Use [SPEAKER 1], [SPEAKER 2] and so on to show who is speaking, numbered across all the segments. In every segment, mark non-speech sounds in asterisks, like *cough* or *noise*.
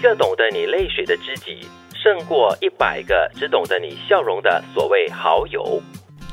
[SPEAKER 1] 个懂得你泪水的知己，胜过一百个只懂得你笑容的所谓好友。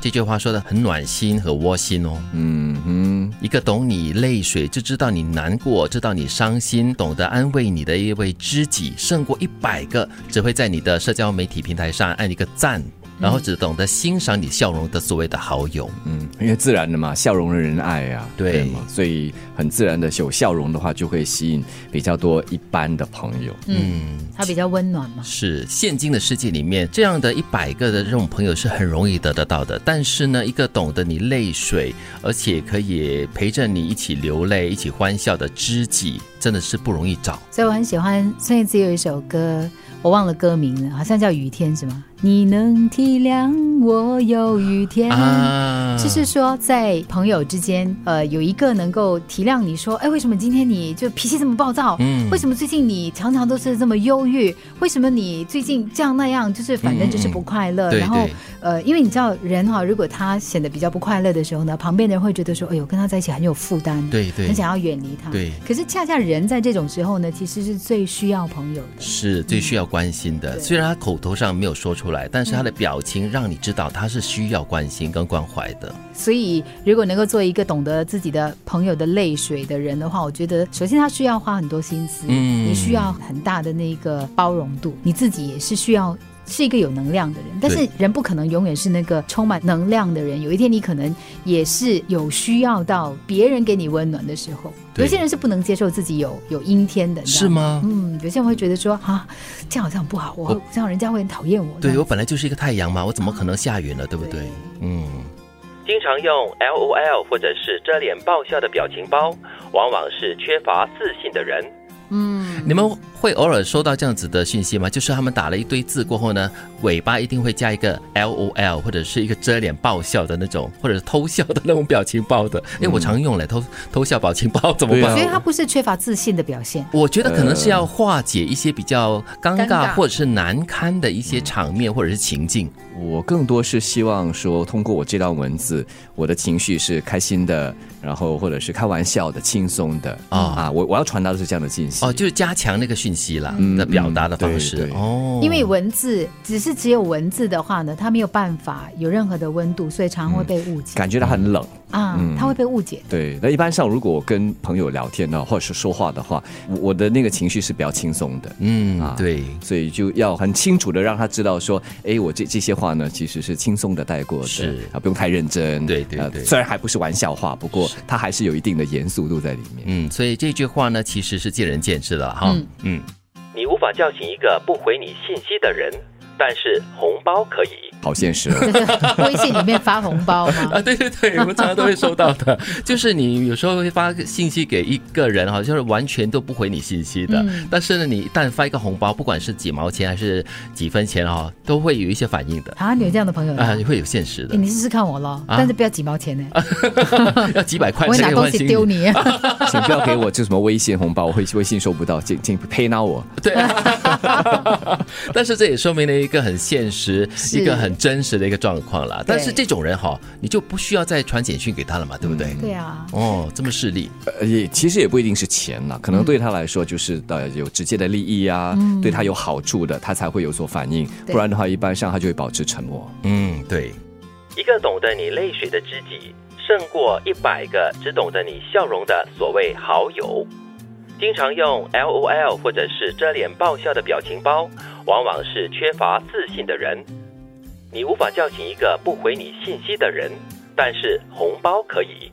[SPEAKER 2] 这句话说的很暖心和窝心哦。
[SPEAKER 3] 嗯
[SPEAKER 2] 一个懂你泪水，就知道你难过，知道你伤心，懂得安慰你的一位知己，胜过一百个只会在你的社交媒体平台上按一个
[SPEAKER 4] 嗯
[SPEAKER 2] 赞，然后只懂得欣赏你笑容的所谓的好友。
[SPEAKER 3] 哼，嗯，因为自然的嘛，笑容人人爱啊，
[SPEAKER 2] 对
[SPEAKER 3] 嘛，所以很自然的有笑容的话，就会吸引比较多一般的朋友。
[SPEAKER 2] 嗯，
[SPEAKER 4] 它比较温暖嘛。
[SPEAKER 2] 是现今的世界里面，这样的一百个的这种朋友是很容易得得到的。但是呢，一个懂得你泪水，而且可以陪着你一起流泪、一起欢笑的知己，真的是不容易找。
[SPEAKER 4] 所以我很喜欢孙燕姿有一首歌，我忘了歌名了，好像叫《雨天》是吗？你能体谅我有雨天。
[SPEAKER 2] 啊，
[SPEAKER 4] 就是说，在朋友之间，呃，有一个能够体谅你说，哎，为什么今天你就脾气这么暴躁？
[SPEAKER 2] 嗯
[SPEAKER 4] 为什么最近你常常都是这么忧郁？为什么你最近这样那样？就是反正就是不快
[SPEAKER 2] 嗯
[SPEAKER 4] 乐。
[SPEAKER 2] 对
[SPEAKER 4] 然后
[SPEAKER 2] 对，
[SPEAKER 4] 呃，因为你知道人哈、如果他显得比较不快乐的时候呢，旁边的人会觉得说，哎呦，跟他在一起很有负担，
[SPEAKER 2] 对对
[SPEAKER 4] 很想要远离他。
[SPEAKER 2] 对
[SPEAKER 4] 可是恰恰人在这种时候呢，其实是最需要朋友的。
[SPEAKER 2] 是最需要关心的。
[SPEAKER 4] 嗯对
[SPEAKER 2] 虽然他口头上没有说出来，但是他的表情让你知道他是需要关心跟关怀的。
[SPEAKER 4] 所以，如果能够做一个懂得自己的朋友的泪水的人的话，我觉得首先他需要花很多心思，
[SPEAKER 2] 嗯
[SPEAKER 4] 你需要很大的那个包容度，你自己也是需要。是一个有能量的人，但是
[SPEAKER 2] 对
[SPEAKER 4] 人不可能永远是那个充满能量的人。有一天，你可能也是有需要到别人给你温暖的时候。
[SPEAKER 2] 对
[SPEAKER 4] 有些人是不能接受自己有有阴天的，你知道
[SPEAKER 2] 是？吗？
[SPEAKER 4] 嗯，有些人会觉得说啊，这样好像很不好，我
[SPEAKER 2] 我
[SPEAKER 4] 这样人家会很讨厌我。这
[SPEAKER 2] 哦对
[SPEAKER 4] 样
[SPEAKER 2] 我本来就是一个太阳嘛，我怎么可能下雨呢？对不对
[SPEAKER 4] 对？
[SPEAKER 2] 嗯，
[SPEAKER 1] 经常用 LOL 或者是遮脸爆笑的表情包，往往是缺乏自信的人。
[SPEAKER 4] 嗯，
[SPEAKER 2] 你们会偶尔收到这样子的讯息吗？就是他们打了一堆字过后呢，尾巴一定会加一个 L O L 或者是一个遮脸爆笑的那种，或者是偷笑的那种表情包的。哎，我常用嘞，偷偷笑表情包怎么
[SPEAKER 3] 嗯对啊
[SPEAKER 2] 办？
[SPEAKER 4] 所以他不是缺乏自信的表现。
[SPEAKER 2] 我觉得可能是要化解一些比较尴
[SPEAKER 4] 尴
[SPEAKER 2] 尬
[SPEAKER 4] 尬
[SPEAKER 2] 或者是难堪的一些场面或者是情境。
[SPEAKER 3] 我更多是希望说，通过我这段文字，我的情绪是开心的，然后或者是开玩笑的、轻松的
[SPEAKER 2] 啊
[SPEAKER 3] 啊啊！我我要传达的是这样的信息
[SPEAKER 2] 哦，就是加强那个讯息啦、
[SPEAKER 3] 嗯
[SPEAKER 2] 的表达的方
[SPEAKER 3] 嗯
[SPEAKER 2] 式
[SPEAKER 3] 对对
[SPEAKER 2] 哦，
[SPEAKER 4] 因为文字只是只有文字的话呢，它没有办法有任何的温度，所以常会被误
[SPEAKER 2] 嗯
[SPEAKER 4] 解、
[SPEAKER 3] 感觉到很冷。
[SPEAKER 4] 啊，
[SPEAKER 3] 嗯
[SPEAKER 4] 它会被误解。 *laughs*
[SPEAKER 3] 对，那一般上如果我跟朋友聊天呢，或者是说话的话，我我的那个情绪是比较轻松的。
[SPEAKER 2] 嗯
[SPEAKER 3] 啊
[SPEAKER 2] 对。
[SPEAKER 3] 所以就要很清楚的让他知道说，哎，我这这些话呢，其实是轻松的带过的，
[SPEAKER 2] 是
[SPEAKER 3] 啊，不用太认真，
[SPEAKER 2] 对对
[SPEAKER 3] 呃
[SPEAKER 2] 对
[SPEAKER 3] 虽然还不是玩笑话，不过它还是有一定的严肃度在里面。
[SPEAKER 2] 嗯，所以这句话呢，其实是见仁见智的了哈。
[SPEAKER 4] 嗯
[SPEAKER 2] 嗯，
[SPEAKER 1] 你无法叫醒一个不回你信息的人，但是红包可以。
[SPEAKER 3] 好现
[SPEAKER 2] *laughs*
[SPEAKER 3] 实、哦，
[SPEAKER 4] 微信里面发红包嘛
[SPEAKER 2] 啊，， *laughs* 对对对，我们常常都会收到的， *laughs* 就是你有时候会发信息给一个人，好像是完全都不回你信息的，
[SPEAKER 4] 嗯
[SPEAKER 2] 但是呢，你一旦发一个红包，不管是几毛钱还是几分钱哦，都会有一些反应的
[SPEAKER 4] 啊，你有这样的朋友呢？
[SPEAKER 2] 啊，会有现实
[SPEAKER 4] 诶
[SPEAKER 2] 的，
[SPEAKER 4] 你试试看我咯，
[SPEAKER 2] 啊
[SPEAKER 4] 但是不要几毛
[SPEAKER 2] *laughs*
[SPEAKER 4] 钱呢，
[SPEAKER 2] 要几百块
[SPEAKER 4] 啊我会
[SPEAKER 2] 才可
[SPEAKER 4] 拿
[SPEAKER 2] 以
[SPEAKER 4] 东
[SPEAKER 2] 换
[SPEAKER 4] 西
[SPEAKER 2] 新
[SPEAKER 4] 丢
[SPEAKER 2] 的 *laughs*
[SPEAKER 4] 你。
[SPEAKER 3] 请不要给我就什么微信红包，我会微信收不到，请请 pay now 我。
[SPEAKER 2] 对、 *laughs* 但是这也说明了一个很现实、
[SPEAKER 4] 是
[SPEAKER 2] 一个很真实的一个状况啦。但是
[SPEAKER 4] 对
[SPEAKER 2] 这种人哈，你就不需要再传简讯给他了嘛，对不对？
[SPEAKER 4] 对啊，
[SPEAKER 2] 哦，这么势利，
[SPEAKER 3] 呃，也其实也不一定是钱啦，可能对他来说就是呃有直接的利益啊，对他有好处的，他才会有所反应，
[SPEAKER 4] 对
[SPEAKER 3] 不然的话，一般上他就会保持沉默。
[SPEAKER 2] 嗯，对，
[SPEAKER 1] 一个懂得你泪水的知己，胜过一百个只懂得你笑容的所谓好友。经常用 LOL 或者是遮脸爆笑的表情包，往往是缺乏自信的人。你无法叫醒一个不回你信息的人，但是红包可以。